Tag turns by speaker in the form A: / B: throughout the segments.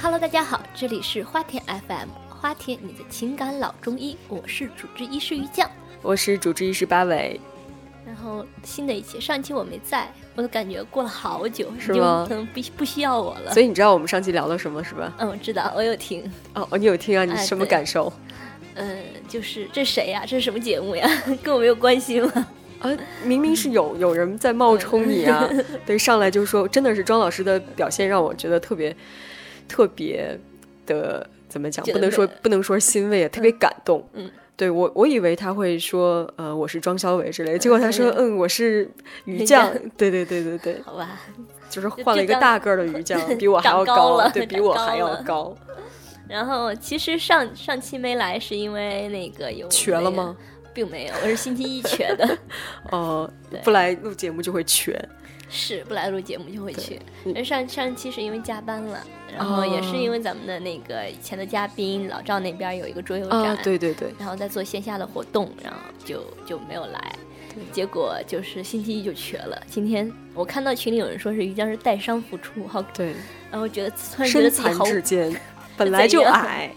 A: Hello，大家好，这里是花田 FM，花田你的情感老中医，我是主治医师于酱。
B: 我是主治医师八尾，
A: 然后新的一期，上一期我没在，我都感觉过了好久，
B: 是
A: 你就
B: 吗
A: 可能不不需要我了。
B: 所以你知道我们上期聊了什么是吧？
A: 嗯，我知道，我有听。
B: 哦，你有听啊？你
A: 哎
B: 什么
A: 对
B: 感受？
A: 嗯，就是这谁呀、这是什么节目呀？ 跟我没有关系吗？
B: 啊，明明是有有人在冒充你啊！对，上来就说，真的是庄老师的表现让我觉得特别特别的怎么讲？
A: 觉得
B: 不能说
A: 很
B: 不能说欣慰，啊特别感动。
A: 嗯。
B: 对我，我以为他会说，呃，我是庄小伟之类的，结果他说，嗯，我是鱼酱
A: 鱼，
B: 对对对对对，
A: 好吧，
B: 就是换了一
A: 就
B: 个
A: 当
B: 大个儿的鱼 酱，比我还要
A: 长高了
B: 对比
A: 长
B: 我
A: 高
B: 还要
A: 了
B: 高，
A: 然后其实上上期没来是因为那个有
B: 瘸了吗？？
A: 并没有，我是星期一瘸的，
B: 哦
A: 对，
B: 不来录节目就会瘸。
A: 是不来录节目就会去。
B: 嗯
A: 但上上期是因为加班了，然后
B: 哦
A: 也是因为咱们的那个以前的嘉宾老赵那边有一个桌游展，
B: 啊，对对对，
A: 然后在做线下的活动，然后就就没有来。结果就是星期一就瘸了。今天我看到群里有人说是于江是带伤复出，好，
B: 对，
A: 然后觉得突然觉得
B: 身
A: 自己
B: 残
A: 好
B: 志坚，本来就
A: 怎样
B: 矮，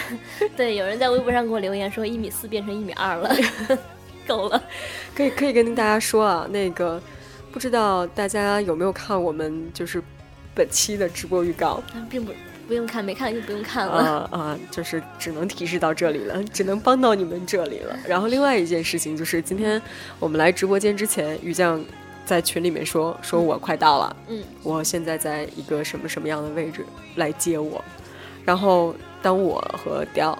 A: 对，有人在微博上给我留言说一米四变成一米二了， 够了。
B: 可以可以跟大家说啊，那个不知道大家有没有看我们就是本期的直播预告
A: 但并不不用看，没看就不用看
B: 啊
A: 了。
B: 啊，就是只能提示到这里了，只能帮到你们这里了。然后另外一件事情就是，今天我们来直播间之前，于酱在群里面说说我快到了，
A: 嗯，
B: 我现在在一个什么什么样的位置来接我。然后当我和雕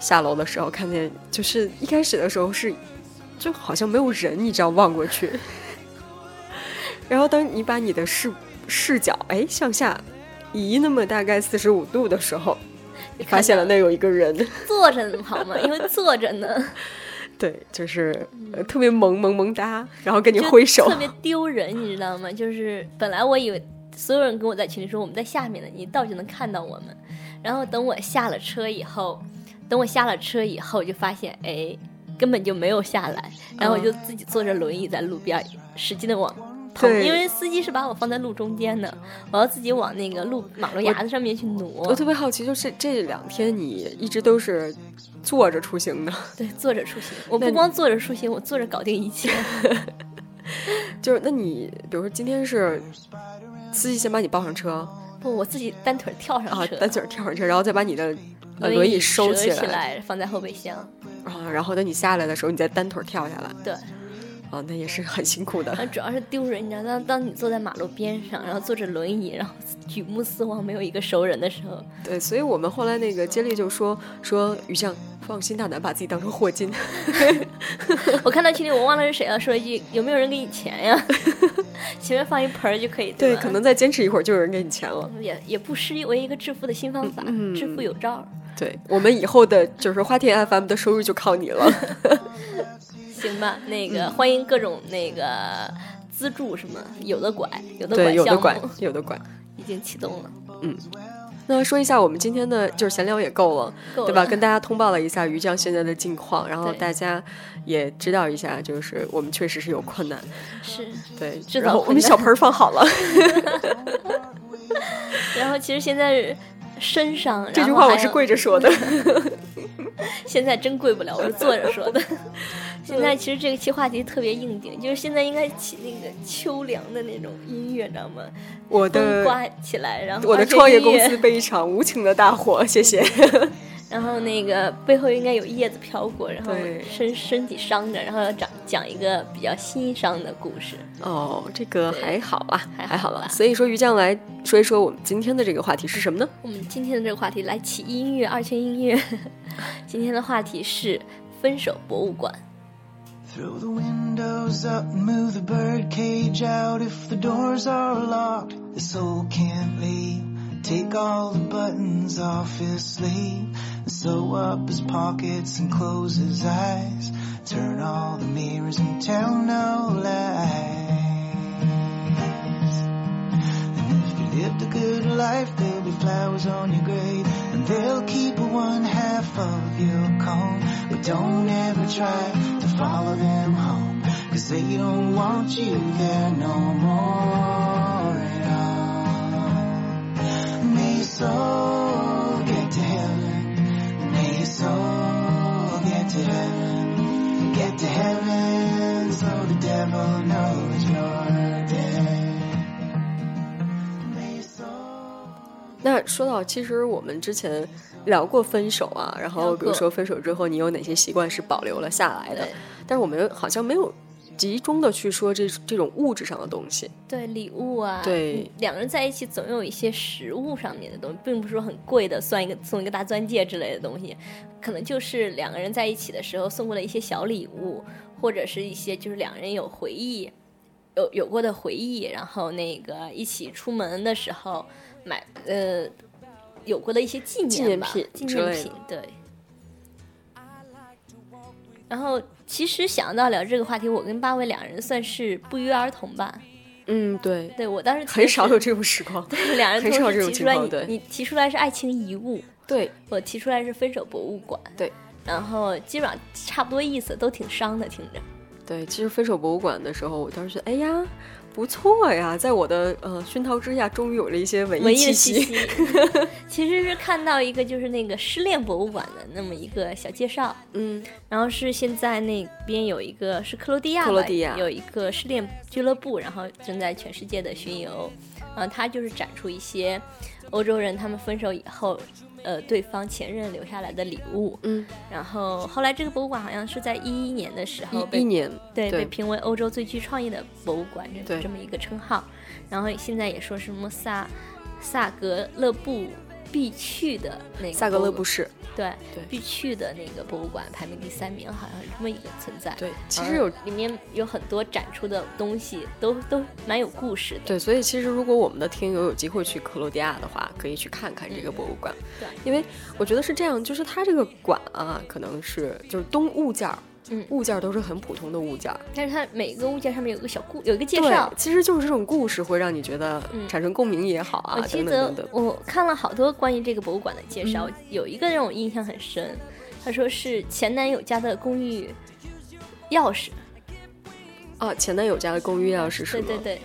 B: 下楼的时候，看见就是一开始的时候是就好像没有人，你知道望过 去。然后当你把你的视视角哎向下移那么大概四十五度的时候，
A: 你
B: 发现了那有一个人，
A: 坐着呢好吗？因为坐着呢，
B: 对，就是、呃特别萌萌萌哒，然后跟你
A: 就
B: 挥手
A: 特，别丢人，你知道吗？就是本来我以为所有人跟我在群里说我们在下面呢，你一到就能看到我们。然后等我下了车以后，等我下了车以后就发现，哎，根本就没有下来。然后我就
B: 嗯
A: 自己坐着轮椅在路边使劲的往。跑，
B: 对
A: 因为司机是把我放在路中间的，我要自己往那个路马路牙子上面去挪。
B: 我特别好奇，就是这两天你一直都是坐着出行的，
A: 对，坐着出行，我
B: 那
A: 不
B: 你
A: 光坐着出行，我坐着搞定一切。
B: 就是那你比如说今天是司机先把你抱上车
A: 不，我自己单腿跳上
B: 啊，
A: 车，
B: 单腿儿跳上车，然后再把你的呃
A: 轮
B: 轮椅收
A: 折
B: 起
A: 起
B: 来
A: 放在后备箱。
B: 啊，然后等你下来的时候，你再单腿儿跳下来
A: 对，
B: 啊，那也是很辛苦的。
A: 然后主要是丢人，你知道，当当你坐在马路边上，然后坐着轮椅，然后举目四望，没有一个熟人的时候，
B: 对，所以我们后来那个接力就说说于酱，放心大胆把自己当成 霍金，
A: 我看到群里我忘了是谁了，说一句有没有人给你钱呀？ 前面放一盆儿就可以，
B: 对，
A: 吧嗯
B: 可能再坚持一会儿就有人给你钱了。
A: 也也不失为一个致富的新方法，
B: 嗯嗯
A: 致富有招儿。
B: 对我们以后的就是花田 FM 的收入就靠你了。
A: 行吧，那个、
B: 嗯
A: 欢迎各种那个资助什么，有的拐，有的
B: 对，有的
A: 项
B: 管
A: 目，
B: 有的管。
A: 已经启动了，
B: 那说一下我们今天的就是闲聊也够了，
A: 够
B: 对吧？
A: 了。
B: 跟大家通报了一下于酱现在的近况，然后
A: 对
B: 大家也知道一下，就是我们确实是有困难，
A: 是，
B: 对，
A: 制造
B: 然后
A: 困
B: 我们
A: 难
B: 小盆儿放好了，
A: 然后其实现在身上，
B: 这
A: 然
B: 句
A: 后
B: 话我
A: 还
B: 是
A: 有嗯
B: 跪着说的，
A: 现在真跪不 了，我是坐着说的。 现
B: 嗯
A: 在其实这个期话题特别应景，就是现在应该起那个秋凉的那种音乐，你知道吗？
B: 我
A: 风
B: 的。
A: 刮起来，然后
B: 我的
A: 而且
B: 创业
A: 音
B: 公
A: 乐
B: 司被一场无情的大火，谢谢。
A: 然后那个背后应该有叶子飘过，然后
B: 对
A: 身身体伤着，然后要讲讲一个比较心伤的故事。
B: 哦，这个还好啊，
A: 还
B: 还
A: 好
B: 好
A: 吧
B: 吧。所以说，于酱来说一说我们今天的这个话题是什么呢？
A: 我们今天的这个话题来起音乐，二泉音乐。 今天的话题是分手博物馆。
C: Throw the windows up, move the birdcage out if the doors are locked. The soul can't leave. Take all the buttons off his sleeve. And sew up his pockets and close his eyes. Turn all the mirrors and tell no lies. And if you lived a good life, there'll be flowers on your grave. And they'll keep one half of your comb. But don't ever try to follow them home. Cause they don't want you there no more at all. Me so
B: 那说到，其实我们之前聊过分手啊，然
A: 聊
B: 后
A: 过
B: 比如说分手之后，你有哪些习惯是保留了下来的
A: 对？
B: 但是我们好像没有集中的去说这这种物质上的东西。
A: 对礼物啊，
B: 对
A: 两个人在一起总有一些实物上面的东西，并不是说很贵的，算一个送一个大钻戒之类的东西，可能就是两个人在一起的时候送过的一些小礼物，或者是一些就是两人有回忆，有有过的回忆，然后那个一起出门的时候买呃有过的一些纪
B: 纪
A: 念
B: 念
A: 吧，
B: 品
A: 纪
B: 之
A: 念
B: 类
A: 品，对。然后，其实想到聊这个话题，我跟八位两人算是不约而同吧。
B: 嗯，对，
A: 对我当时
B: 很
A: 其实
B: 少有这种时光。
A: 两人
B: 很少
A: 同
B: 这
A: 时
B: 种
A: 提出
B: 情
A: 来
B: 况
A: 你，
B: 对
A: 你提出来是爱情遗物，
B: 对，
A: 我提出来是分手博物馆，
B: 对，
A: 然后基本上差不多意思，都挺伤的，听着。
B: 对，其实分手博物馆的时候，我当时觉得，哎呀，不错呀，在我的呃熏陶之下，终于有了一些文
A: 文
B: 艺
A: 艺的
B: 气
A: 气息，嗯其实是看到一个就是那个失恋博物馆的那么一个小介绍，
B: 嗯，
A: 然后是现在那边有一个是克罗地亚吧，
B: 克罗地亚
A: 有一个失恋俱乐部，然后正在全世界的巡游，然后他就是展出一些欧洲人他们分手以后，呃，对方前任留下来的礼物，
B: 嗯，
A: 然后后来这个博物馆好像是在一一年的时候
B: 一
A: 被
B: 一年，
A: 对
B: 对
A: 被评为欧洲最具创意的博物馆这
B: 对
A: 这么一个称号，然后现在也说是莫萨萨格勒布必去的那个
B: 萨格勒布
A: 市
B: 市。
A: 对
B: 对
A: 必去的那个博物馆排名第三名，好像是这么一个存在。
B: 对，其
A: 而
B: 实有
A: 里面有很多展出的东西，都都蛮有故事的。
B: 对，所以其实如果我们的听友有机会去克罗地亚的话，可以去看看这个博物馆。
A: 嗯对
B: 因为我觉得是这样，就是它这个馆啊，可能是就是东物件儿，
A: 嗯
B: 物件儿都是很普通的物件儿。
A: 但是它每个物件上面有个小故，有一个介
B: 对
A: 绍，。
B: 其实就是这种故事会让你觉得
A: 嗯呃
B: 产生共鸣也好啊，
A: 我记
B: 等等
A: 得
B: 等嗯等。
A: 我看了好多关于这个博物馆的介绍，有一个让我印象很深，他说是前男友家的公寓钥匙，
B: 啊，前男友家的公寓钥匙是
A: 对
B: 吗？
A: 对对，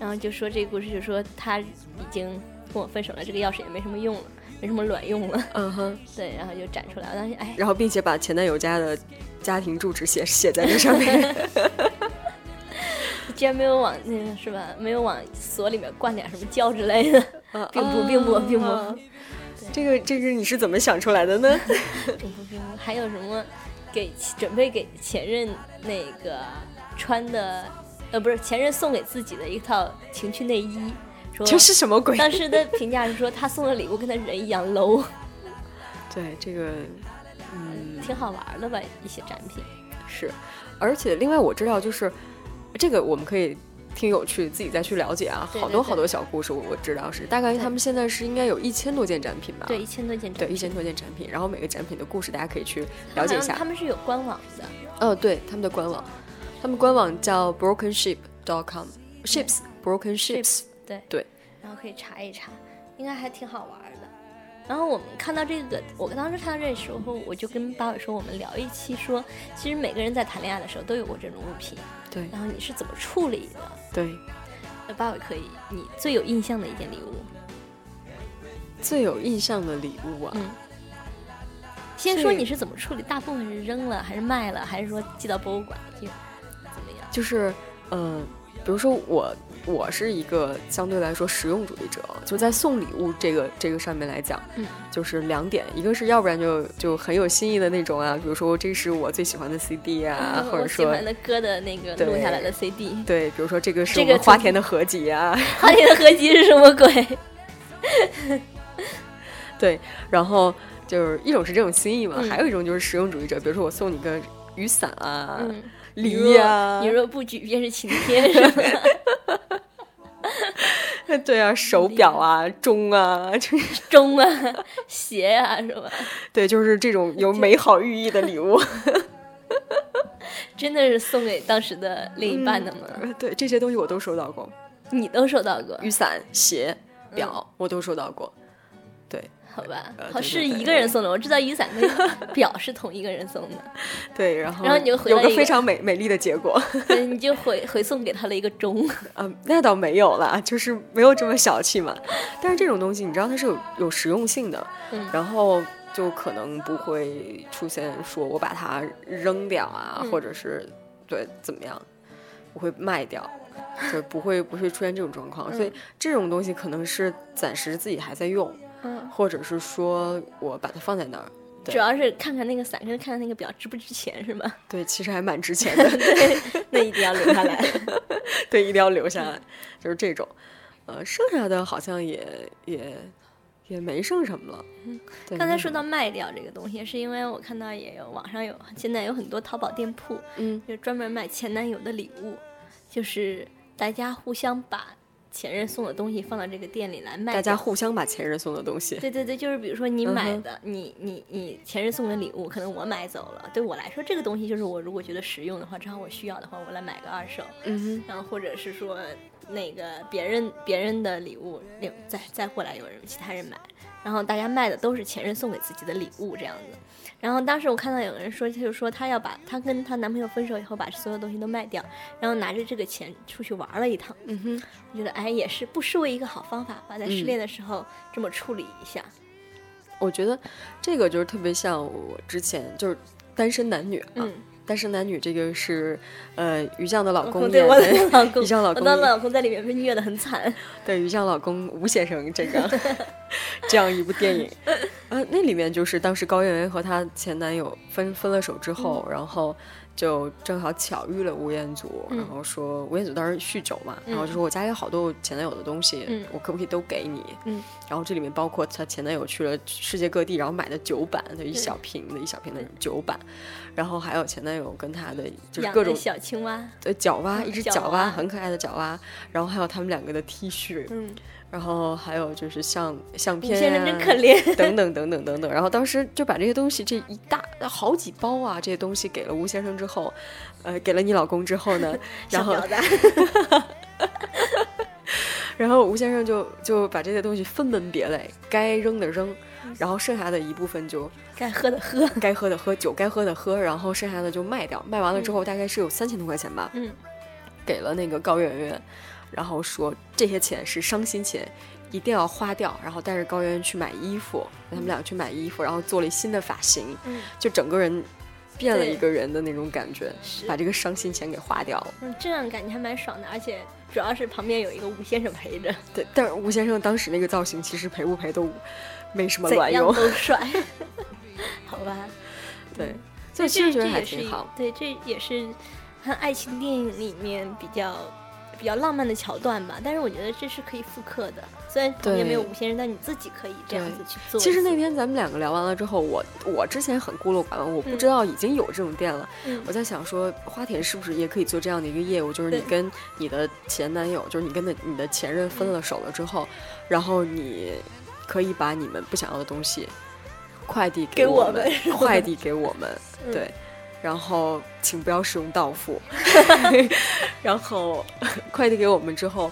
A: 然后就说这个故事，就说他已经跟我分手了，这个钥匙也没什么用了，没什么卵用了，
B: 嗯哼。
A: 对，然后就展出来，我当时哎，
B: 然后并且把前男友家的家庭住址写写在这上 面。
A: 居然没有往那个是吧？没有往锁里面灌点什么胶之类的，
B: 啊
A: 并不并不并不
B: 啊这个这个你是怎么想出来 的呢？
A: 并不并不，还有什么给准备给前任那个穿的，呃，不是前任送给自己的一套情趣内衣，说
B: 这是什么鬼？
A: 当时的评价是说他送的礼物跟他人一样 low，
B: 对这个，嗯，
A: 挺好玩的吧？一些展品，
B: 是，而且另外我知道就是这个我们可以。听友去自己再去了解啊，
A: 对
B: 好
A: 对
B: 多
A: 对
B: 好多小故事，我我知道是大概
A: 对
B: 他们现在是应该有一千多件展品
A: 啊
B: 吧？
A: 对，一千多件展
B: 对，
A: 品，
B: 一千多件展品，然后每个展品的故事大家可以去
A: 他
B: 了解一
A: 好像
B: 下
A: 他。们是有官网的，
B: 呃，对，他们的官网，他们官网叫
A: 嗯
B: brokensheep.com，ships broken ships，
A: 对
B: 对，
A: 然后可以查一查，应该还挺好玩的。然后我们看到这个，我当时看到这时候，我就跟八尾说，我们聊一期说，其实每个人在谈恋爱的时候都有过这种物品，
B: 对
A: 然后你是怎么处理的？
B: 对。
A: 那八尾可以，你最有印象的一件礼物，
B: 最有印象的礼物啊，
A: 嗯，先说
B: 最
A: 你是怎么处理，大部分是扔了，还是卖了，还是说寄到博物馆去，怎么样？
B: 就是，嗯、比如说我，我是一个相对来说实用主义者，就在送礼物这个这个上面来讲，
A: 嗯
B: 就是两点，一个是要不然就就很有新意的那种啊，比如说这是我最喜欢的 CD 啊，
A: 嗯我
B: 或者
A: 我喜
B: 说
A: 欢的歌的那个
B: 对
A: 录下来的 CD，
B: 对，比如说这个是
A: 这
B: 我
A: 个
B: 们花
A: 就
B: 田的合集啊，
A: 花田的合集是什么鬼？
B: 对，然后就是一种是这种心意嘛，
A: 嗯
B: 还有一种就是实用主义者，比如说我送你个雨伞啊、
A: 嗯，你
B: 梨
A: 若
B: 呀、
A: 你若不举，便是晴天，是吧？
B: 对啊，手表啊、钟啊， 这
A: 钟啊，鞋啊，是吧？
B: 对，就是这种有美好寓意的礼物。
A: 真的是送给当时的 另一半 的吗？
B: 呃对，这些东西我都收到过，
A: 你都收到过？
B: 雨伞、鞋、
A: 嗯
B: 表我都收到过。对
A: 好吧
B: 呃，
A: 好
B: 对
A: 是
B: 对对
A: 一个人送的，我知道雨伞跟 表是同一个人送的，
B: 对，然后
A: 然后你就回
B: 有
A: 了
B: 个
A: 一
B: 非
A: 个
B: 常美美丽的结果。
A: 所以你就回回送给他了一个钟，
B: 嗯，那倒没有啦，就是没有这么小气嘛。但是这种东西，你知道它是有有实用性的，
A: 嗯
B: 然后就可能不会出现说我把它扔掉啊，
A: 嗯
B: 或者是对怎么样，我会卖掉，
A: 嗯
B: 就不会不会出现这种状况。所以这种东西可能是暂时自己还在用，
A: 嗯，
B: 或者是说我把它放在那儿。对
A: 主要是看看那个伞跟看看那个表值不值钱是吗？
B: 对，其实还蛮值钱的。
A: 那一定要留下来。
B: 对，一定要留下来，就是这种。呃，剩下的好像也也也没剩什么了。对
A: 嗯 刚才
B: 没
A: 说
B: 什
A: 到
B: 么
A: 卖掉这个东西，是因为我看到也有网上有现在有很多淘宝店铺，
B: 嗯，
A: 就专门卖前男友的礼物，就是大家互相把前任送的东西放到这个店里来卖掉。
B: 大家互相把前任送的东西，
A: 对对对，就是比如说你
B: 嗯哼
A: 买的，你你你前任送的礼物，可能我买走了。对我来说，这个东西就是我如果觉得实用的话，正好我需要的话，我来买个二手。
B: 嗯
A: 然后或者是说那个别人别人的礼物，另再再过来有人其他人买，然后大家卖的都是前任送给自己的礼物这样子。然后当时我看到有人说，他就说她要把她跟她男朋友分手以后，把所有东西都卖掉，然后拿着这个钱出去玩了一趟。
B: 嗯哼，
A: 我觉得哎，也是不失为一个好方法吧，在失
B: 嗯
A: 恋的时候这么处理一下。
B: 我觉得这个就是特别像我之前就是单身男女啊，
A: 嗯，
B: 单身男女这个是呃于酱的老
A: 老
B: 公
A: 对
B: 演
A: 我
B: 的，
A: 的老公，
B: 于酱老
A: 我
B: 公
A: 的
B: 演
A: 老公在里面被虐得很惨。
B: 对于酱老公吴先生这个 这样一部电影，呃，那里面就是当时高圆圆和她前男友分分了手之后，然后就正好巧遇了吴彦祖，
A: 嗯
B: 然后说吴彦祖当时酗酒嘛，
A: 嗯
B: 然后就说我家里有好多我前男友的东西，
A: 嗯
B: 我可不可以都给你？
A: 嗯，
B: 然后这里面包括她前男友去了世界各地，然后买的酒版，就一小瓶的一小瓶的酒版，然后还有前男友跟她的就是
A: 嗯养
B: 各
A: 的
B: 种
A: 小青蛙，
B: 呃角蛙，
A: 嗯
B: 一只
A: 角
B: 角
A: 蛙
B: 蛙很可爱的角蛙，然后还有他们两个的 T 恤，
A: 嗯，
B: 然后还有就是相相
A: 吴
B: 片、啊，
A: 先生真可怜。
B: 等等等等等等。然后当时就把这些东西这一大好几包啊，这些东西给了吴先生之后，呃，给了你老公之后 呢，然后
A: 小婊子
B: 然后吴先生就就把这些东西分门别类，该扔的扔，
A: 嗯
B: 然后剩下的一部分就
A: 该喝的喝，
B: 该喝的喝酒，该喝的喝，然后剩下的就卖掉。卖完了之后大概是有三千多块钱吧，
A: 嗯，
B: 给了那个高圆圆，然后说这些钱是伤心钱，一定要花掉。然后带着高圆圆去买衣服，他们俩去买衣服，然后做了新的发型，
A: 嗯
B: 就整个人 变了
A: 对
B: 一个人的那种感觉，
A: 是
B: 把这个伤心钱给花掉了。
A: 嗯，这样感觉还蛮爽的，而且主要是旁边有一个吴先生陪 着，
B: 对，但是吴先生当时那个造型其实赔不赔都没什么
A: 怎
B: 卵
A: 样
B: 用，
A: 都帅， 好吧？
B: 对，
A: 这
B: 所以其
A: 这
B: 实觉得
A: 这
B: 还
A: 也是
B: 挺
A: 一
B: 好。
A: 对，这也是看爱情电影里面比较比较浪漫的桥段吧。但是我觉得这是可以复刻的，虽然旁边没有
B: 对
A: 吴先生，但你自己可以这样
B: 对
A: 子去做一次。
B: 其实那天咱们两个聊完了之后，我我之前很孤陋寡闻，我不
A: 嗯
B: 知道已经有这种店了。
A: 嗯
B: 我在想说，花田是不是也可以做这样的一个业务？就是你
A: 对
B: 跟你的前男友，就是你跟的你的前任分了手了之后，然后你可以把你们不想要的东西快递
A: 给我
B: 我
A: 们是吧
B: 快递给我们，
A: 嗯
B: 对。然后，请不要使用 到付。 然后，快递给我们之后，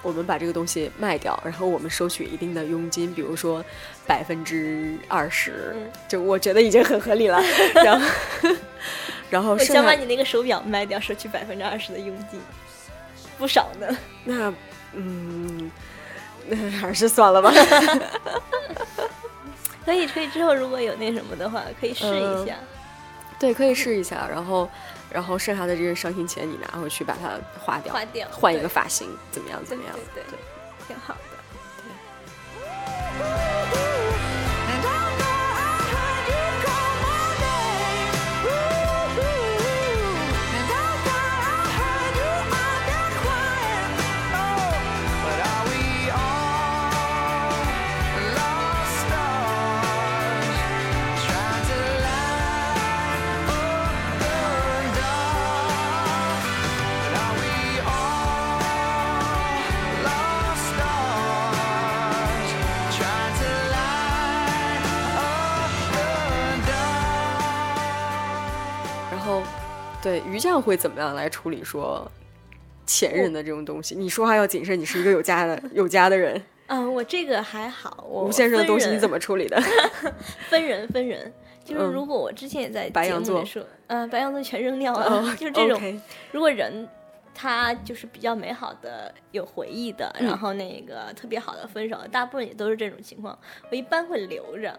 B: 我们把这个东西卖掉，然后我们收取一定的佣金，比如说百分之二十
A: 嗯，
B: 就我觉得已经很合理了。 然后，然后
A: 我
B: 剩
A: 想把
B: 下
A: 你那个手表卖掉，收取百分之二十的佣金，不少呢。
B: 那嗯，那还是算 了吧。
A: 可以，可以之后如果有那什么的话，可以试
B: 嗯
A: 一下。
B: 对，可以试一下。然后，然后剩下的这些伤心钱，你拿回去把它花掉，
A: 花掉
B: 换一
A: 对
B: 个发型，怎么样？怎么样？
A: 对对对，挺好的。
D: And I know I heard you call my name, and I thought I heard you on the choir.
C: Oh, but are we all lost stars trying to light up the dark? But are we all lost stars trying to light up the dark?
B: 然后，对于酱会怎么样来处理说前任的这种东西？你说话要谨慎，你是一个有家的 有家的人。
A: 嗯，我这个还好。我
B: 吴先生的东西你怎
A: 么
B: 么处理的？
A: 分人分人？就是
B: 嗯
A: 如果我之前也在
B: 白
A: 节
B: 羊
A: 目
B: 座
A: 里说，嗯，白羊座全扔掉了，
B: 哦，
A: 就是这种。
B: OK
A: 如果人他就是比较美好的、有回忆的，
B: 嗯
A: 然后那个特别好的分手，大部分也都是这种情况。我一般会留着，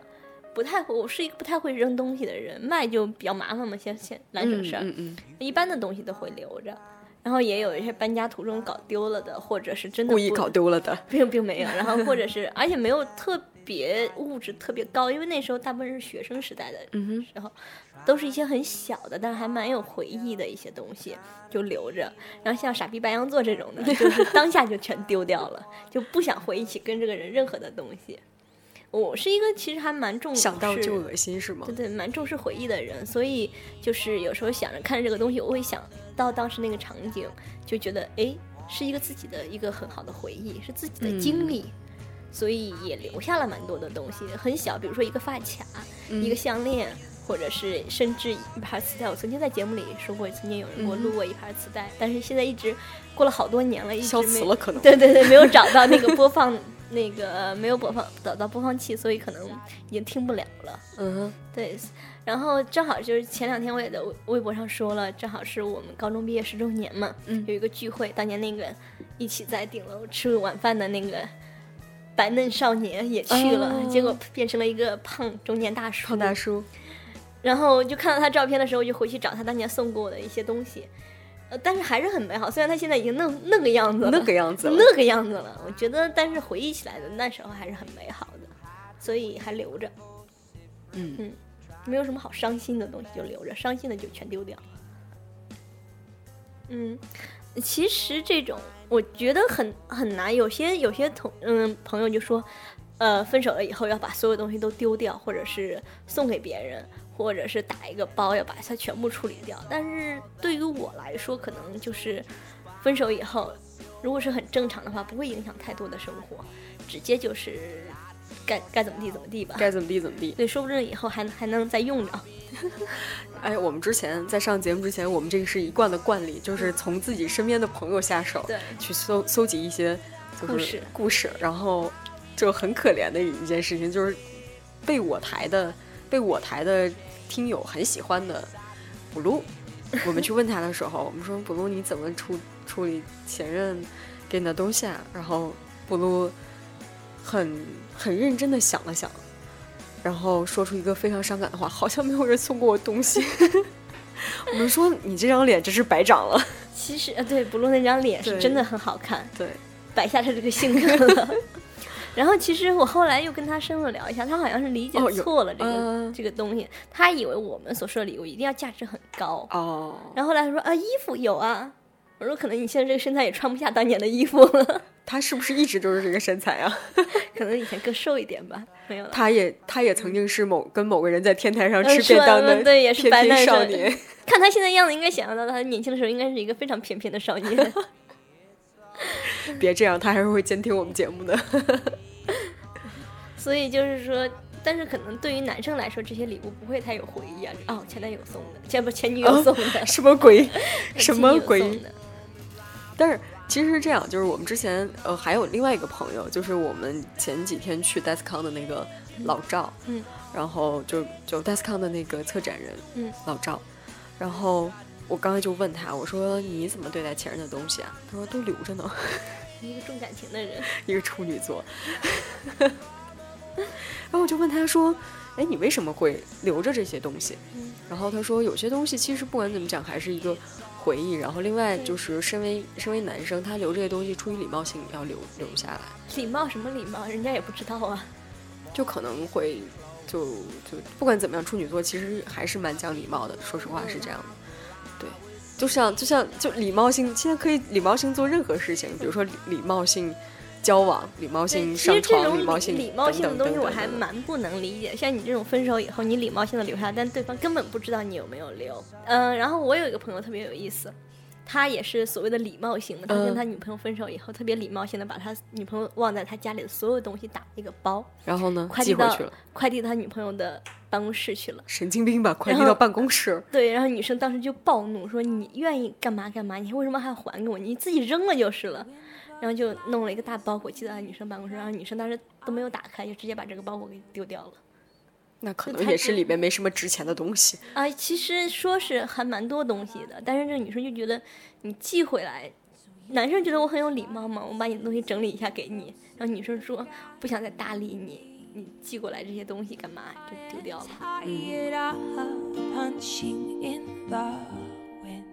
A: 不太会。我是一个不太会扔东西的人，卖就比较麻烦嘛，先先来省
B: 嗯
A: 事儿。
B: 嗯嗯，
A: 一般的东西都会留着，然后也有一些搬家途中搞丢了的，或者是真的
B: 故意
A: 不
B: 搞，丢了的。
A: 并并没有，然后或者是而且没有特别物质特别高，因为那时候大部分是学生时代的
B: 嗯哼，
A: 时候，都是一些很小的，但是还蛮有回忆的一些东西，就留着。然后像傻逼白羊座这种的，就 是当下就全丢掉了，就不想回忆起跟这个人任何的东西。我是一个其实还蛮重视
B: 想到就恶心是吗
A: 对？对，蛮重视回忆的人，所以就是有时候想着看着这个东西，我会想到当时那个场景，就觉得诶，是一个自己的一个很好的回忆，是自己
B: 嗯
A: 的经历，所以也留下了蛮多的东西。很小，比如说一个发卡、
B: 嗯
A: 一个项链，或者是甚至一盘磁带。我曾经在节目里说过，曾经有人给我
B: 嗯
A: 录过一盘磁带，但是现在一直过了好多年了，一直
B: 消
A: 没
B: 磁了可能
A: 对对对，没有找到那个播放那个呃没有播放找到播放器，所以可能已经听不了了。
B: 嗯哼，
A: 对，然后正好就是前两天我也在微微博上说了，正好是我们高中毕业十周年嘛，
B: 嗯
A: 有一个聚会，当年那个一起在顶楼吃晚饭的那个白嫩少年也去了，
B: 哦
A: 结果变成了一个胖中年大叔。
B: 胖大叔，
A: 然后就看到他照片的时候，我就回去找他当年送给我的一些东西，呃，但是还是很美好，虽然他现在已经那那个样子了，
B: 那个样子了
A: 那个样子了，我觉得，但是回忆起来的那时候还是很美好的，所以还留着。
B: 嗯
A: 嗯，没有什么好伤心的东西就留着，伤心的就全丢掉。嗯，其实这种我觉得很很难，有些有些同嗯朋友就说，呃，分手了以后要把所有东西都丢掉，或者是送给别人，或者是打一个包要把它全部处理掉。但是对于我来说，可能就是分手以后，如果是很正常的话，不会影响太多的生活，直接就是该该怎么地怎么地吧。
B: 该怎么地怎么地。
A: 对，说不定以后还还能再 用着。
B: 哎，我们之前在上节目之前，我们这个是一贯的惯例，就是从自己身边的朋友下手，
A: 对
B: 去搜搜集一些就是
A: 故事
B: 故事，然后就很可怜的一件事情，就是被我台的被我台的听友很喜欢的 blue，我 们去问他的时候，我们说 blue 你怎么处处理前任给你的东西啊？然后 blue 很很认真的想了想，然后说出一个非常伤感的话，好像没有人送过我东西。 我们说你这张脸真是白长了，
A: 其实呃，对，不露那张脸是
B: 对
A: 真的很好看，
B: 对，
A: 摆下他这个性格了。 然后其实我后来又跟他深入聊一下，他好像是理解
B: 哦有
A: 错了这个、
B: 嗯
A: 这个东西，他以为我们所说的礼物一定要价值很高。
B: 哦，
A: 然后后来他说啊，衣服有啊，我说可能你现在这个身材也穿不下当年的衣服了，
B: 他是不是一直都是这个身材啊？
A: 可能以前更瘦一点吧，没有了。
B: 他也他也曾经是某跟某个人在天台上
A: 呃
B: 吃便当的
A: 是对，也是白
B: 翩
A: 嫩
B: 翩少
A: 生
B: 年。
A: 看他现在样子，应该想象到他年轻的时候应该是一个非常翩翩的少年。
B: 别这样，他还是会监听我们节目的。
A: 所以就是说，但是可能对于男生来说，这些礼物不会太有回忆啊。哦，前男友送的，前不前女友送的，
B: 什 么鬼？
A: 前
B: 哦什
A: 妻
B: 么
A: 友
B: 鬼
A: 送？的？
B: 但是其实是这样，就是我们之前呃还有另外一个朋友，就是我们前几天去 DESCON 的那个老赵，
A: 嗯，
B: 然后就就 DESCON 的那个策展人，
A: 嗯，
B: 老赵，然后我刚才就问他，我说你怎么对待前任的东西啊？他说都留着呢，
A: 一个重感情的人，
B: 一个处女座。然后我就问他说，哎，你为什么会留着这些东西？
A: 嗯
B: 然后他说，有些东西其实不管怎么讲，还是一个回忆。然后另外就是，身为身为男生，他留这些东西，出于礼貌性要留留下来，
A: 礼貌什么礼貌？人家也不知道啊。
B: 就可能会就就不管怎么样，处女座其实还是蛮讲礼貌的。说实话是这样的，对，就像就像就礼貌性，现在可以礼貌性做任何事情，比如说礼礼貌性。交往礼貌性
A: 对，其实这
B: 上床，
A: 种
B: 礼貌性
A: 礼貌性的
B: 等
A: 东
B: 等
A: 西
B: 等
A: 我
B: 等
A: 还
B: 等等
A: 蛮不能理解。像你这种分手以后，你礼貌性的留下，但对方根本不知道你有没有留。嗯、然后我有一个朋友特别有意思。他也是所谓的礼貌型的，他跟
B: 嗯
A: 他女朋友分手以后，特别礼貌性的把他女朋友忘在他家里的所有东西打了一个包，
B: 然后呢，
A: 快递
B: 寄回
A: 到
B: 去了。
A: 快递到他女朋友的办公室去了。
B: 神经病吧，快递
A: 然
B: 到
A: 后
B: 办公室，
A: 对，然后女生当时就暴怒，说你愿意干嘛干嘛，你为什么还要还给我？你自己扔了就是了。然后就弄了一个大包裹寄到他女生办公室，然后女生当时都没有打开，就直接把这个包裹给丢掉了。
B: 那可
A: 就
B: 能
A: 他
B: 也是
A: 就
B: 里面没什么值钱的东西。
A: 啊，其实说是还蛮多东西的，但是这个女生就觉得你寄回来，男生觉得我很有礼貌嘛，我把你的东西整理一下给你，然后女生说不想再搭理你，你寄过来这些东西干嘛？就丢掉了。
D: tie it up, punching in the wind.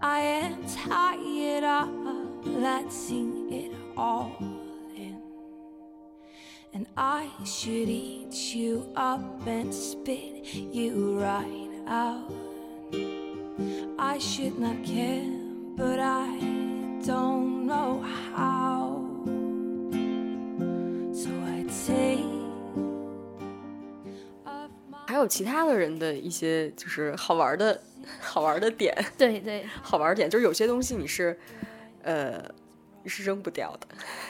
D: I am tired of letting it all in. And I should eat you up and spit you right out. I should not care, but I don't know how. So I take of my
B: 还有其他的人的一些就是好玩的、好玩的点，
A: 对对，
B: 好玩点就是有些东西你是，呃，你是扔不掉的。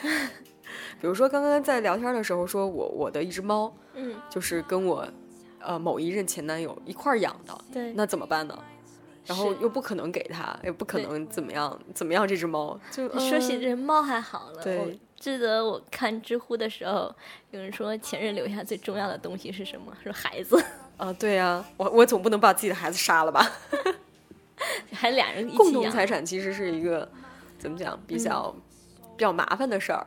B: 比如说刚刚在聊天的时候说我我的一只猫
A: 嗯，
B: 就是跟我，呃某一任前男友一块儿养的，
A: 对，
B: 那怎么办呢？然后
A: 是
B: 又不可能给他，也不可
A: 对
B: 能怎么样怎么样这只猫就
A: 说起
B: 嗯
A: 这猫还好了，
B: 对
A: 我记得我看知乎的时候，有人说前任留下最重要的东西是什么？是孩子，
B: 啊，对呀、我我总不能把自己的孩子杀了吧？
A: 还俩人一
B: 共
A: 起
B: 同
A: 养。嗯
B: 财产其实是一个怎么讲比较、比较麻烦的事儿。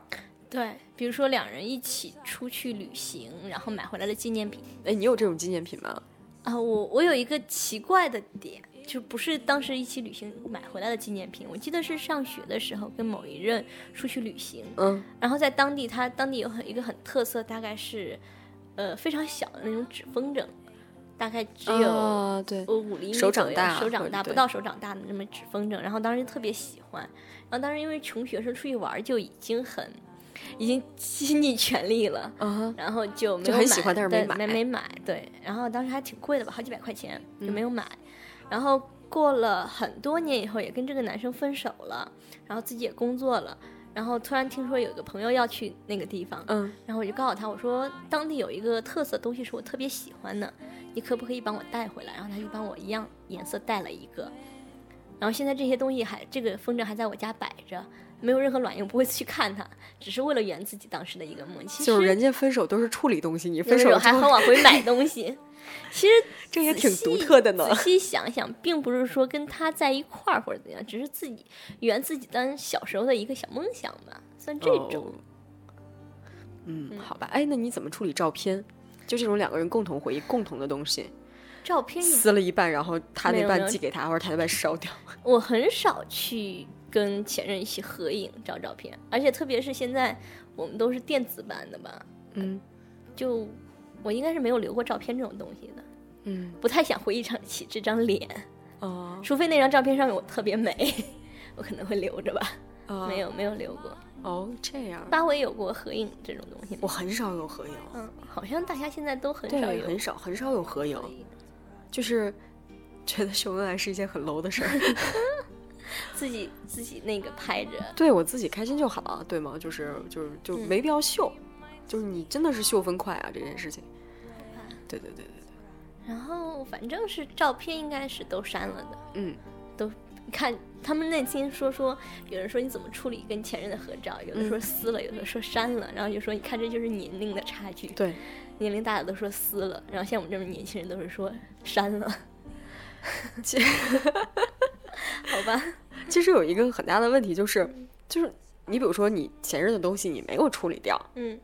A: 对，比如说两人一起出去旅行，然后买回来的纪念品
B: 哎，你有这种纪念品吗？
A: 啊，我我有一个奇怪的点，就不是当时一起旅行买回来的纪念品，我记得是上学的时候跟某一任出去旅行，
B: 嗯，
A: 然后在当地，它当地有很一个很特色，大概是，呃，非常小的那种纸风筝，大概只有呃
B: 啊，对，
A: 五厘米左
B: 手掌
A: 右
B: 大
A: 手掌大
B: 或者
A: 不到手掌大的那么纸风筝。然后当时特别喜欢，然后当时因为穷学生出去玩儿就已经很，已经倾尽全力了，
B: 啊，
A: 然后就没有
B: 就很喜
A: 买
B: 欢但是
A: 对
B: 没买
A: 没买，对，然后当时还挺贵的吧，好几百块钱就
B: 嗯
A: 没有买，然后过了很多年以后，也跟这个男生分手了，然后自己也工作了，然后突然听说有个朋友要去那个地方，
B: 嗯，
A: 然后我就告诉他，我说当地有一个特色东西是我特别喜欢的，你可不可以帮我带回来？然后他就帮我一样颜色带了一个，然后现在这些东西还这个风筝还在我家摆着。没有任何卵用，不会去看它，只是为了圆自己当时的一个梦。其实
B: 就是人家分手都是处理东西，你分
A: 分
B: 手
A: 手
B: 了
A: 还
B: 之
A: 很
B: 后
A: 往回 买东西。其实
B: 这 也
A: 仔
B: 挺
A: 细
B: 独特的呢。
A: 仔细想想，并不是说跟他在一块儿或者怎样，只是自己圆自己当小时候的一个小梦想吧，算这种。
B: 哦嗯，好吧，哎，那你怎么处理照片？就这种两个人共同回忆、共同的东西，
A: 照片一
B: 撕了一半，然后他
A: 哎没
B: 那
A: 有没
B: 半
A: 有
B: 寄给他，或者他那半 烧掉。
A: 我很少去跟前任一起合影照照片，而且特别是现在我们都是电子版的吧，
B: 嗯
A: 就我应该是没有留过照片这种东西的，
B: 嗯
A: 不太想回忆上起这张脸，
B: 哦
A: 除非那张照片上面我特别美，我可能会留着吧。
B: 哦
A: 没有没有留过，
B: 哦，这样
A: 八尾有过合影这种东西吗
B: 我？很少有合影，
A: 嗯，好像大家现在都很
B: 对
A: 少，有
B: 很少很少有合影，就是觉得秀恩爱是一件很 low 的事儿。
A: 自己自己那个拍着，
B: 对我自己开心就好，啊对吗？就是就是就
A: 嗯
B: 没必要秀，就是你真的是秀分快啊这件事情。对对对对对，
A: 然后反正是照片应该是都删了的。
B: 嗯
A: 看他们那天说说，有人说你怎么处理跟前任的合照，有
B: 嗯
A: 的说撕了，有的说删了，然后就说你看这就是年龄的差距，
B: 对。
A: 年龄大的都说撕了，然后像我们这种年轻人都是说删了，
B: 其
A: 好吧，
B: 其实有一个很大的问题就是，就是你比如说你前任的东西你没有处理掉，
A: 嗯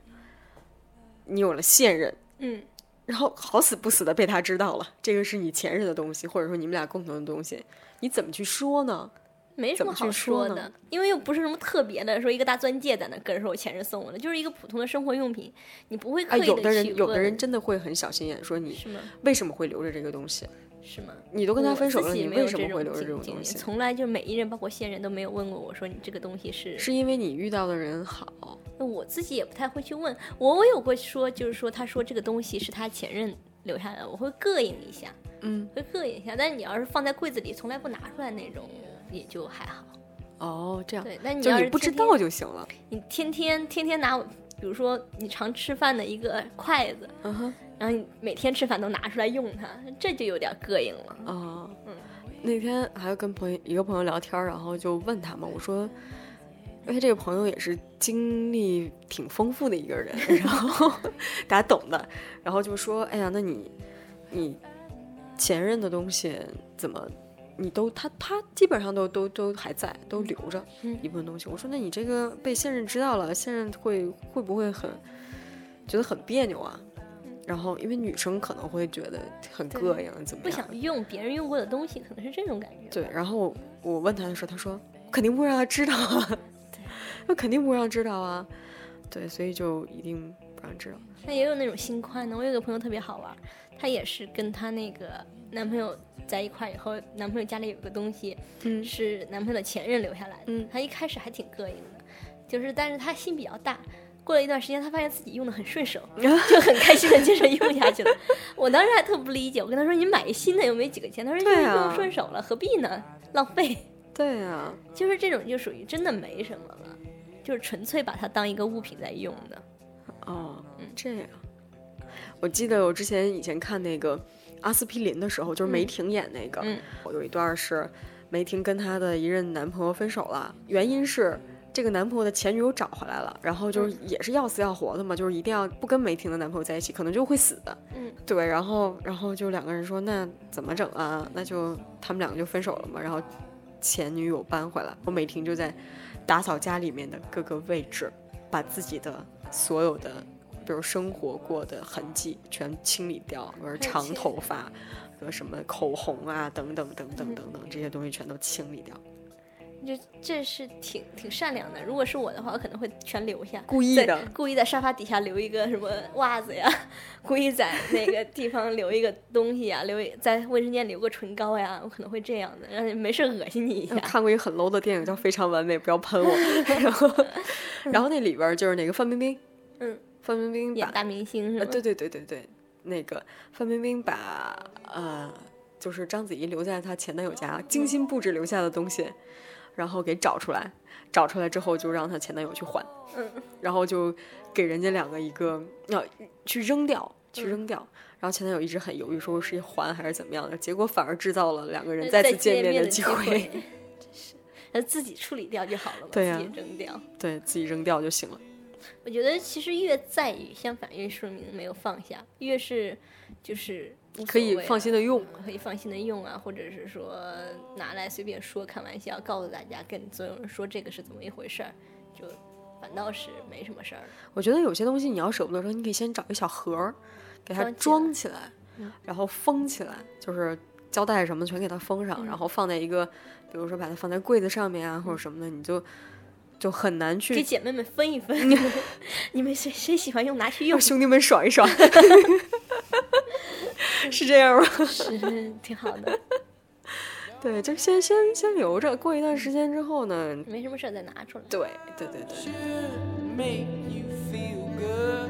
B: 你有了现任，
A: 嗯，
B: 然后好死不死的被他知道了，这个是你前任的东西，或者说你们俩共同的东西，你怎么去说呢？
A: 没什
B: 怎
A: 么
B: 么去
A: 好
B: 说
A: 说
B: 呢
A: 的，因为又不是什么特别的，说一个大钻戒在那跟着说我前任送我的，就是一个普通的生活用品，你不会刻
B: 哎，
A: 意地
B: 有的人
A: 去问
B: 有的人真的会很小心眼，说你
A: 是吗？
B: 为什么会留着这个东西？
A: 是吗？
B: 你都
A: 我
B: 跟他分手
A: 自
B: 了，
A: 己
B: 你
A: 没有
B: 为什么
A: 种
B: 会留着这
A: 经
B: 种
A: 经
B: 东
A: 历
B: 西？
A: 从来就每一任，包括现任都没有问过我说你这个东西是
B: 是因为你遇到的人好，
A: 那我自己也不太会去问。我我有过说，就是说他说这个东西是他前任留下来的，我会膈应一下，
B: 嗯，
A: 会膈应一下。但是你要是放在柜子里从来不拿出来那种，也就还好。
B: 哦，这样，
A: 对，但你
B: 就
A: 要
B: 是
A: 是
B: 你不知
A: 天
B: 道就行了。
A: 天，你天天天天拿我，比如说你常吃饭的一个筷子，
B: 嗯哼，
A: 然后你每天吃饭都拿出来用它，这就有点膈应了。
B: 哦，
A: 嗯
B: 那天还跟朋友一个朋友聊天儿，然后就问他嘛，我说，因为这个朋友也是经历挺丰富的一个 人，然后大家懂的，然后就说，哎呀，那你你前任的东西怎么？你都他他基本上都都都还在，都留着
A: 嗯
B: 一部分东西。我说，那你这个被现任知道了，现任会会不会很觉得很别扭啊？然后因为女生可能会觉得很
A: 嗯对
B: 膈应，怎么样？
A: 不想用别人用过的东西，可能是这种感觉。
B: 对，然后我问他的时候，他说肯定不
A: 哦
B: 会让他知道啊，那肯定不会让他知道啊，对，所以就一定不让知道。
A: 那也有那种新宽的。我有个朋友特别好玩，她也是跟她那个男朋友在一块儿以后，男朋友家里有个东西，
B: 嗯
A: 是男朋友的前任留下来的。
B: 嗯
A: 她一开始还挺膈应的，就是但是她心比较大。过了一段时间，她发现自己用的很顺 手，就很开心的接着用下去了。我当时还特不理解，我跟她说：“你买一新的又没几个钱。”她说：“
B: 对
A: 用
B: 啊
A: 用顺手了，何必呢？浪费。
B: 对啊，”
A: 就是这种就属于真的没什么了，就是纯粹把它当一个物品在用的。
B: 哦，
A: 嗯
B: 这样。我记得我之前以前看那个阿司匹林的时候，就是梅
A: 嗯
B: 婷演那个，
A: 嗯
B: 我有一段是梅婷跟她的一任男朋友分手了，原因是。这个男朋友的前女友找回来了，然后就是
A: 嗯
B: 也是要死要活的嘛，就是一定要不跟梅婷的男朋友在一起，可能就会死的。
A: 嗯
B: 对，然后然后就两个人说那怎么整啊？那就他们两个就分手了嘛。然后前女友搬回来，我美婷就在打扫家里面的各个位置，把自己的所有的，比如生活过的痕迹全清理掉，比如长
A: 切
B: 头发，和什么口红啊等等等等
A: 嗯
B: 等等这些东西全都清理掉，
A: 就这是挺挺善良的。如果是我的话，我可能会全留下，
B: 故意
A: 在
B: 的
A: 故意在沙发底下留一个什么袜子呀，故意在那个地方留一个东西呀，留一在卫生间留个唇膏呀，我可能会这样的，让你没事恶心你一下
B: 我。看过一个很 low 的电影叫《非常完美》，不要喷我。然后，然后那里边就是那个范冰冰，
A: 嗯，
B: 范冰冰
A: 演
B: 把
A: 大明星是
B: 呃，
A: 吗？
B: 对对对对对，那个范冰冰把呃，就是章子怡留在她前男友
A: 哦
B: 家精心布置留下的东西，然后给找出来，找出来之后就让她前男友去还，
A: 嗯，
B: 然后就给人家两个一个要、去扔掉，去扔
A: 嗯
B: 掉。然后前男友一直很犹豫，说是还还是怎么样的，结果反而制造了两个人再次见面
A: 呃面
B: 的
A: 机
B: 机会，
A: 真是，那自己处理掉就好了嘛，
B: 对呀
A: 自己扔掉。
B: 对自己扔掉就行了。
A: 我觉得其实越在意，相反越说明没有放下，越是就是无
B: 可以
A: 所谓
B: 放
A: 啊
B: 心地用
A: 可以放心的用啊，或者是说拿来随便说开玩笑，告诉大家跟所有人说这个是怎么一回事儿，就反倒是没什么事儿了。
B: 我觉得有些东西你要舍不得扔，你可以先找一小盒儿，给它
A: 装起
B: 装
A: 来
B: 起来，
A: 嗯
B: 然后封起来，就是胶带什么全给它封上，
A: 嗯
B: 然后放在一个，比如说把它放在柜子上面啊，或者什么的，你就就很难
A: 给
B: 去
A: 姐妹们分一分，你们谁谁喜欢用拿去用
B: 让，兄弟们爽一 爽，是这样吗？
A: 是挺好的，
B: 对，就先先先留着，过一段时间之后呢，
A: 没什么事儿再拿出来。
B: 对对对对。
C: should make you feel good.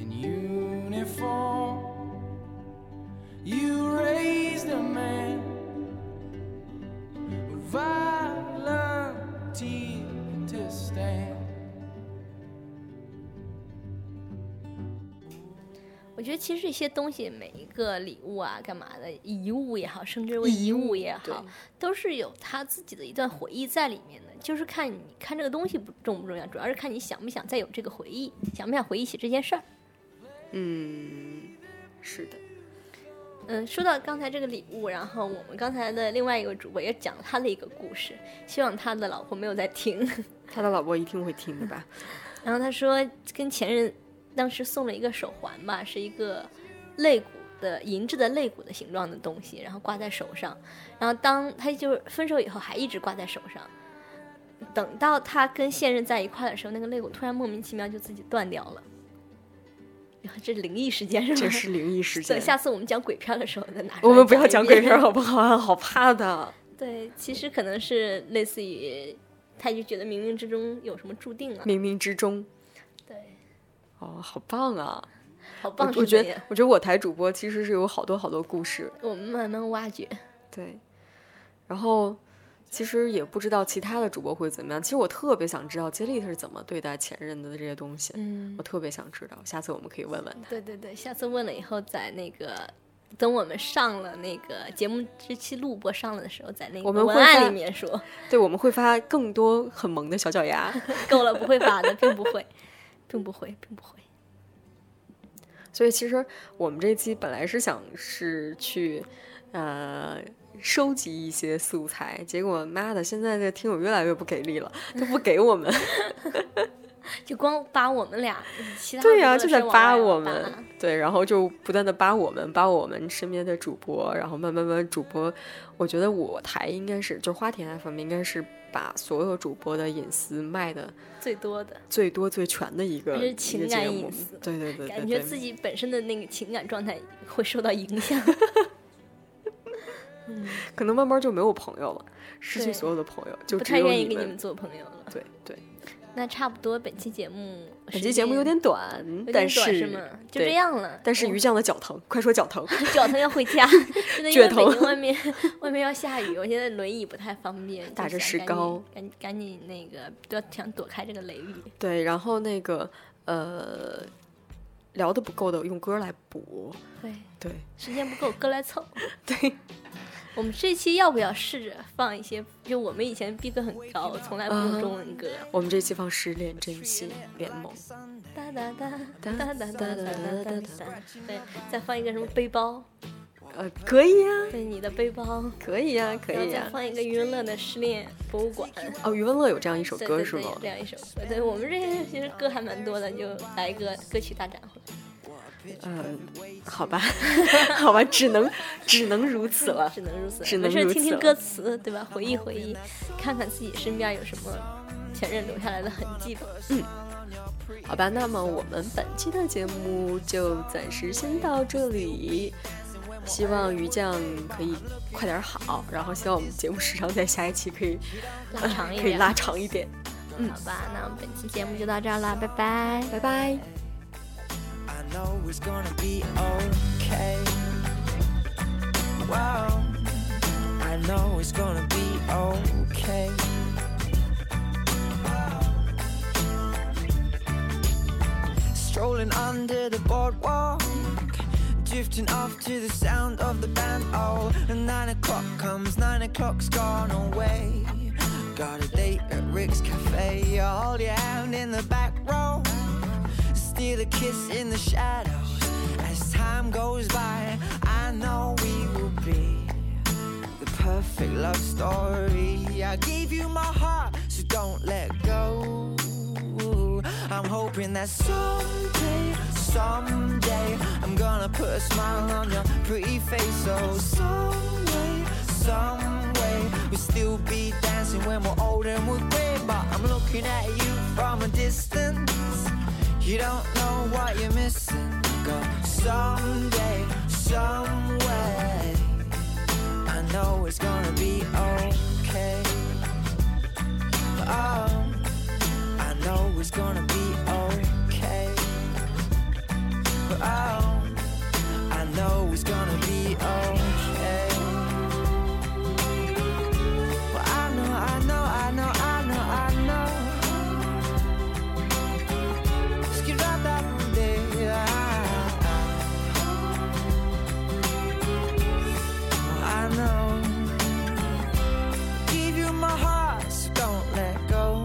C: In uniform, you raised a man who volunteered to stand.
A: 我觉得其实一些东西，每一个礼物啊，干嘛的遗物也好，甚至为遗物也
B: 对
A: 好，都是有他自己的一段回忆在里面的。就是看你看这个东西不重不重要，主要是看你想不想再有这个回忆，想不想回忆起这件事儿。
B: 嗯，是的，
A: 嗯，说到刚才这个礼物，然后我们刚才的另外一个主播也讲了他的一个故事，希望他的老婆没有在听。
B: 他的老婆一定会听的吧？
A: 然后他说跟前任当时送了一个手环吧，是一个肋骨的银质的肋骨的形状的东西，然后挂在手上。然后当他就是分手以后还一直挂在手上，等到他跟现任在一块儿的时候，那个肋骨突然莫名其妙就自己断掉了。然后这灵异事件是吗？
B: 这是灵异事件
A: 等。下次我们讲鬼片儿的时候再拿出来
B: 我们不要讲
A: 一
B: 鬼
A: 遍
B: 片儿好不好啊？ 好怕的。
A: 对，其实可能是类似于，他就觉得冥冥之中有什么注定啊。
B: 冥冥之中，
A: 对，
B: 哦，好棒啊！
A: 好棒
B: 我我
A: 是
B: 觉
A: 怎
B: 得
A: 样，
B: 我觉得我台主播其实是有好多好多故事，
A: 我们慢慢挖掘。
B: 对。然后其实也不知道其他的主播会怎么样。其实我特别想知道接力他是怎么对待前任的这些东西，
A: 嗯
B: 我，特别想知道。下次我们可以问问他。
A: 对对对，下次问了以后，在那个等我们上了那个节目这期录播上了的时候，在那个
B: 我们
A: 文
B: 会发
A: 案里面说，
B: 对，我们会发更多很萌的小脚丫。
A: 够了，不会发的，并不会，并不会，并不会。
B: 所以其实我们这期本来是想是去，呃，收集一些素材，结果妈的，现在这听友越来越不给力了，都不给 我们。
A: 就光扒我们俩，其他
B: 对呀、
A: 呀、
B: 就在扒我们，对，然后就不断的扒我们，扒我们身边的主播，然后慢慢慢慢主播，我觉得我台应该是，就花田 FM 应该是把所有主播的隐私卖的
A: 最多的，
B: 最多最全的一个
A: 而且
B: 一个
A: 情
B: 节
A: 感
B: 目
A: 隐私
B: 对对对对对，
A: 感觉自己本身的那个情感状态会受到影响。
B: 可能慢慢就没有朋友了，失去
A: 对
B: 所有的朋友，就
A: 不
B: 只
A: 太
B: 有
A: 愿意
B: 你
A: 跟你
B: 们
A: 们。做朋友了。
B: 对对，
A: 那差不多，本期节目
B: 本
A: 时
B: 期节目有
A: 间
B: 点短，
A: 有
B: 但
A: 点短是吗？就这
B: 对
A: 样了。
B: 但是
A: 我
B: 鱼酱的脚疼，快说脚疼。
A: 脚疼要回 家，真的因
B: 倔
A: 为北
B: 头
A: 京外面外面要下雨，我现在轮椅不太方便，
B: 打
A: 就
B: 着
A: 想
B: 石
A: 赶紧
B: 膏
A: 赶赶紧那个不要想躲开这个雷雨。
B: 对，然后那个呃，聊的不够的用歌来补。
A: 对，
B: 对，
A: 时间不够，哥来凑。对，我们这期要不要试着放一些？就我们以前逼格很高，从来不用中文歌。
B: 我们这期放《失恋真心联盟》，
A: 哒哒哒哒哒哒哒哒哒哒。对，再放一个什么背包？
B: 呃，可以呀、
A: 对，你的背包。
B: 可以呀、可
A: 然后
B: 以啊
A: 再
B: 呀、
A: 放一个余文乐的《失恋博物馆》。
B: 哦，余文乐有这样一首
A: 对
B: 歌
A: 对
B: 是
A: 对，
B: 吗
A: 有？这样一首歌，对我们这些其实歌还蛮多的，就来一个歌曲大展会。
B: 嗯、好吧， 好吧，只能 只能如此了。
A: 只能如此，
B: 只
A: 没
B: 能
A: 事
B: 如
A: 听
B: 此
A: 听
B: 了
A: 歌词，对吧？回忆回忆，看看自己身边有什么前任留下来的痕迹吧。嗯
B: 好吧，那么我们本期的节目就暂时先到这里。希望鱼酱可以快点好，然后希望我们节目时长在下一期可以呃
A: 拉长一
B: 可以
A: 点，
B: 拉长一点。嗯
A: 好吧？那我们本期节目就到这儿了，拜拜。
B: 拜拜。
E: I know it's gonna be okay. Wow, I know it's gonna be okay. Strolling under the boardwalk, drifting off to the sound of the band. Oh, and nine o'clock comes, nine o'clock's gone away. Got a date at Rick's Cafe. You hold your hand in the back row steal a kiss in the shadows. As time goes by, I know we will be the perfect love story. I gave you my heart, so don't let go. I'm hoping that someday, someday, I'm gonna put a smile on your pretty face. Oh, So someday, someway, we'll still be dancing when we're old and we're gray. But I'm looking at you from a distance. You don't know what you're missing. Go someday, some way. I know it's gonna be okay. Oh, I know it's gonna be okay. Oh, I know it's gonna be okay. Well, I know, I know, I know, I know, I know. Skid right that day. I know. Give you my heart, so don't let go.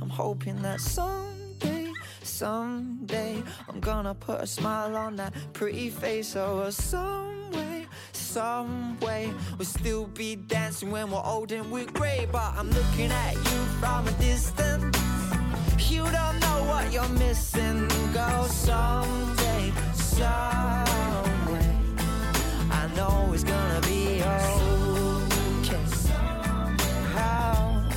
E: I'm hoping that someday, someday, I'm gonna put a smile on that pretty face. Oh, some way, some way, we'll still be dancing when we're old and we're gray. But I'm looking at you from a distance. You don't know what you're missing. Go someday, someway. I know it's gonna be okay. How?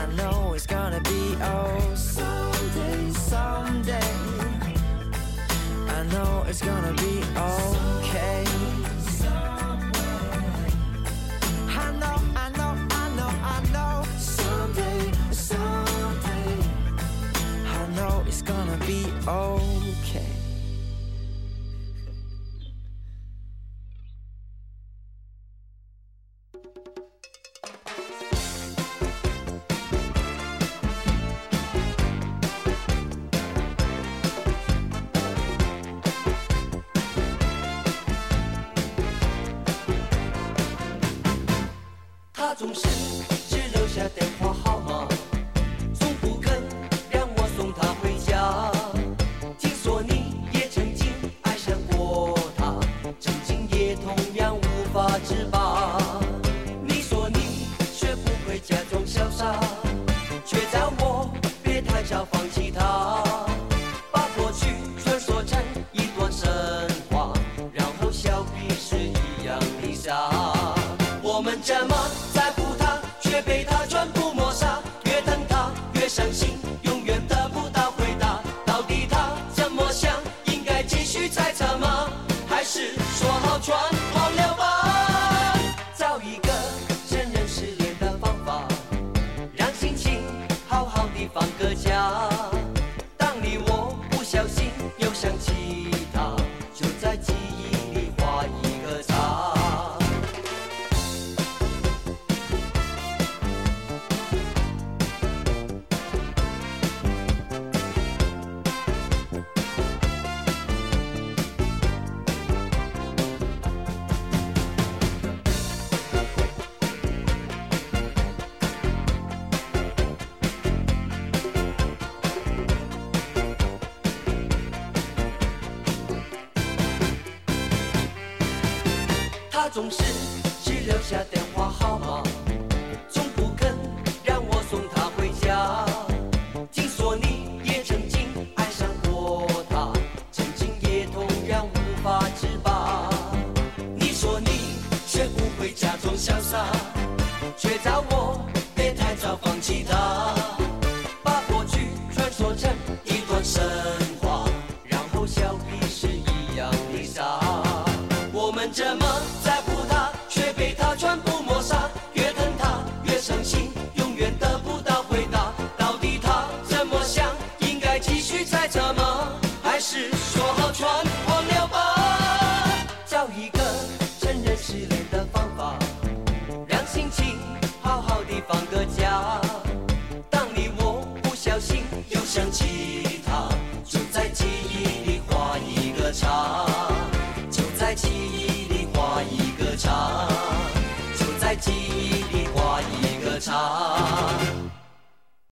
E: I know it's gonna be oh someday, someday. I know it's gonna be okay. I know, I know, I know, I know. Someday, someday. I know it's gonna be okay.
F: 我们这么在乎他，却
E: 好地放个假。当你我不小心又想起他，就在记忆里画一个叉。他总是只留下电话号码，总不肯让我送他回家。听说你也曾经爱上过他，曾经也同样无法自拔。你说你学不会假装潇洒，却叫我别太早放弃他。把过去穿梭成一段神话，然后笑彼此一样的傻。我们这么在乎他，却被他全部抹杀。越疼他越伤心，永远得不到回答。到底他怎么想？应该继续猜测吗？还是说好全忘了吧？找一个承认失恋的方法，让心情好好的放个假。当你我不小心又想起他，就在记忆里画一个叉，就在记忆里画一个叉，就在记忆里画一个叉。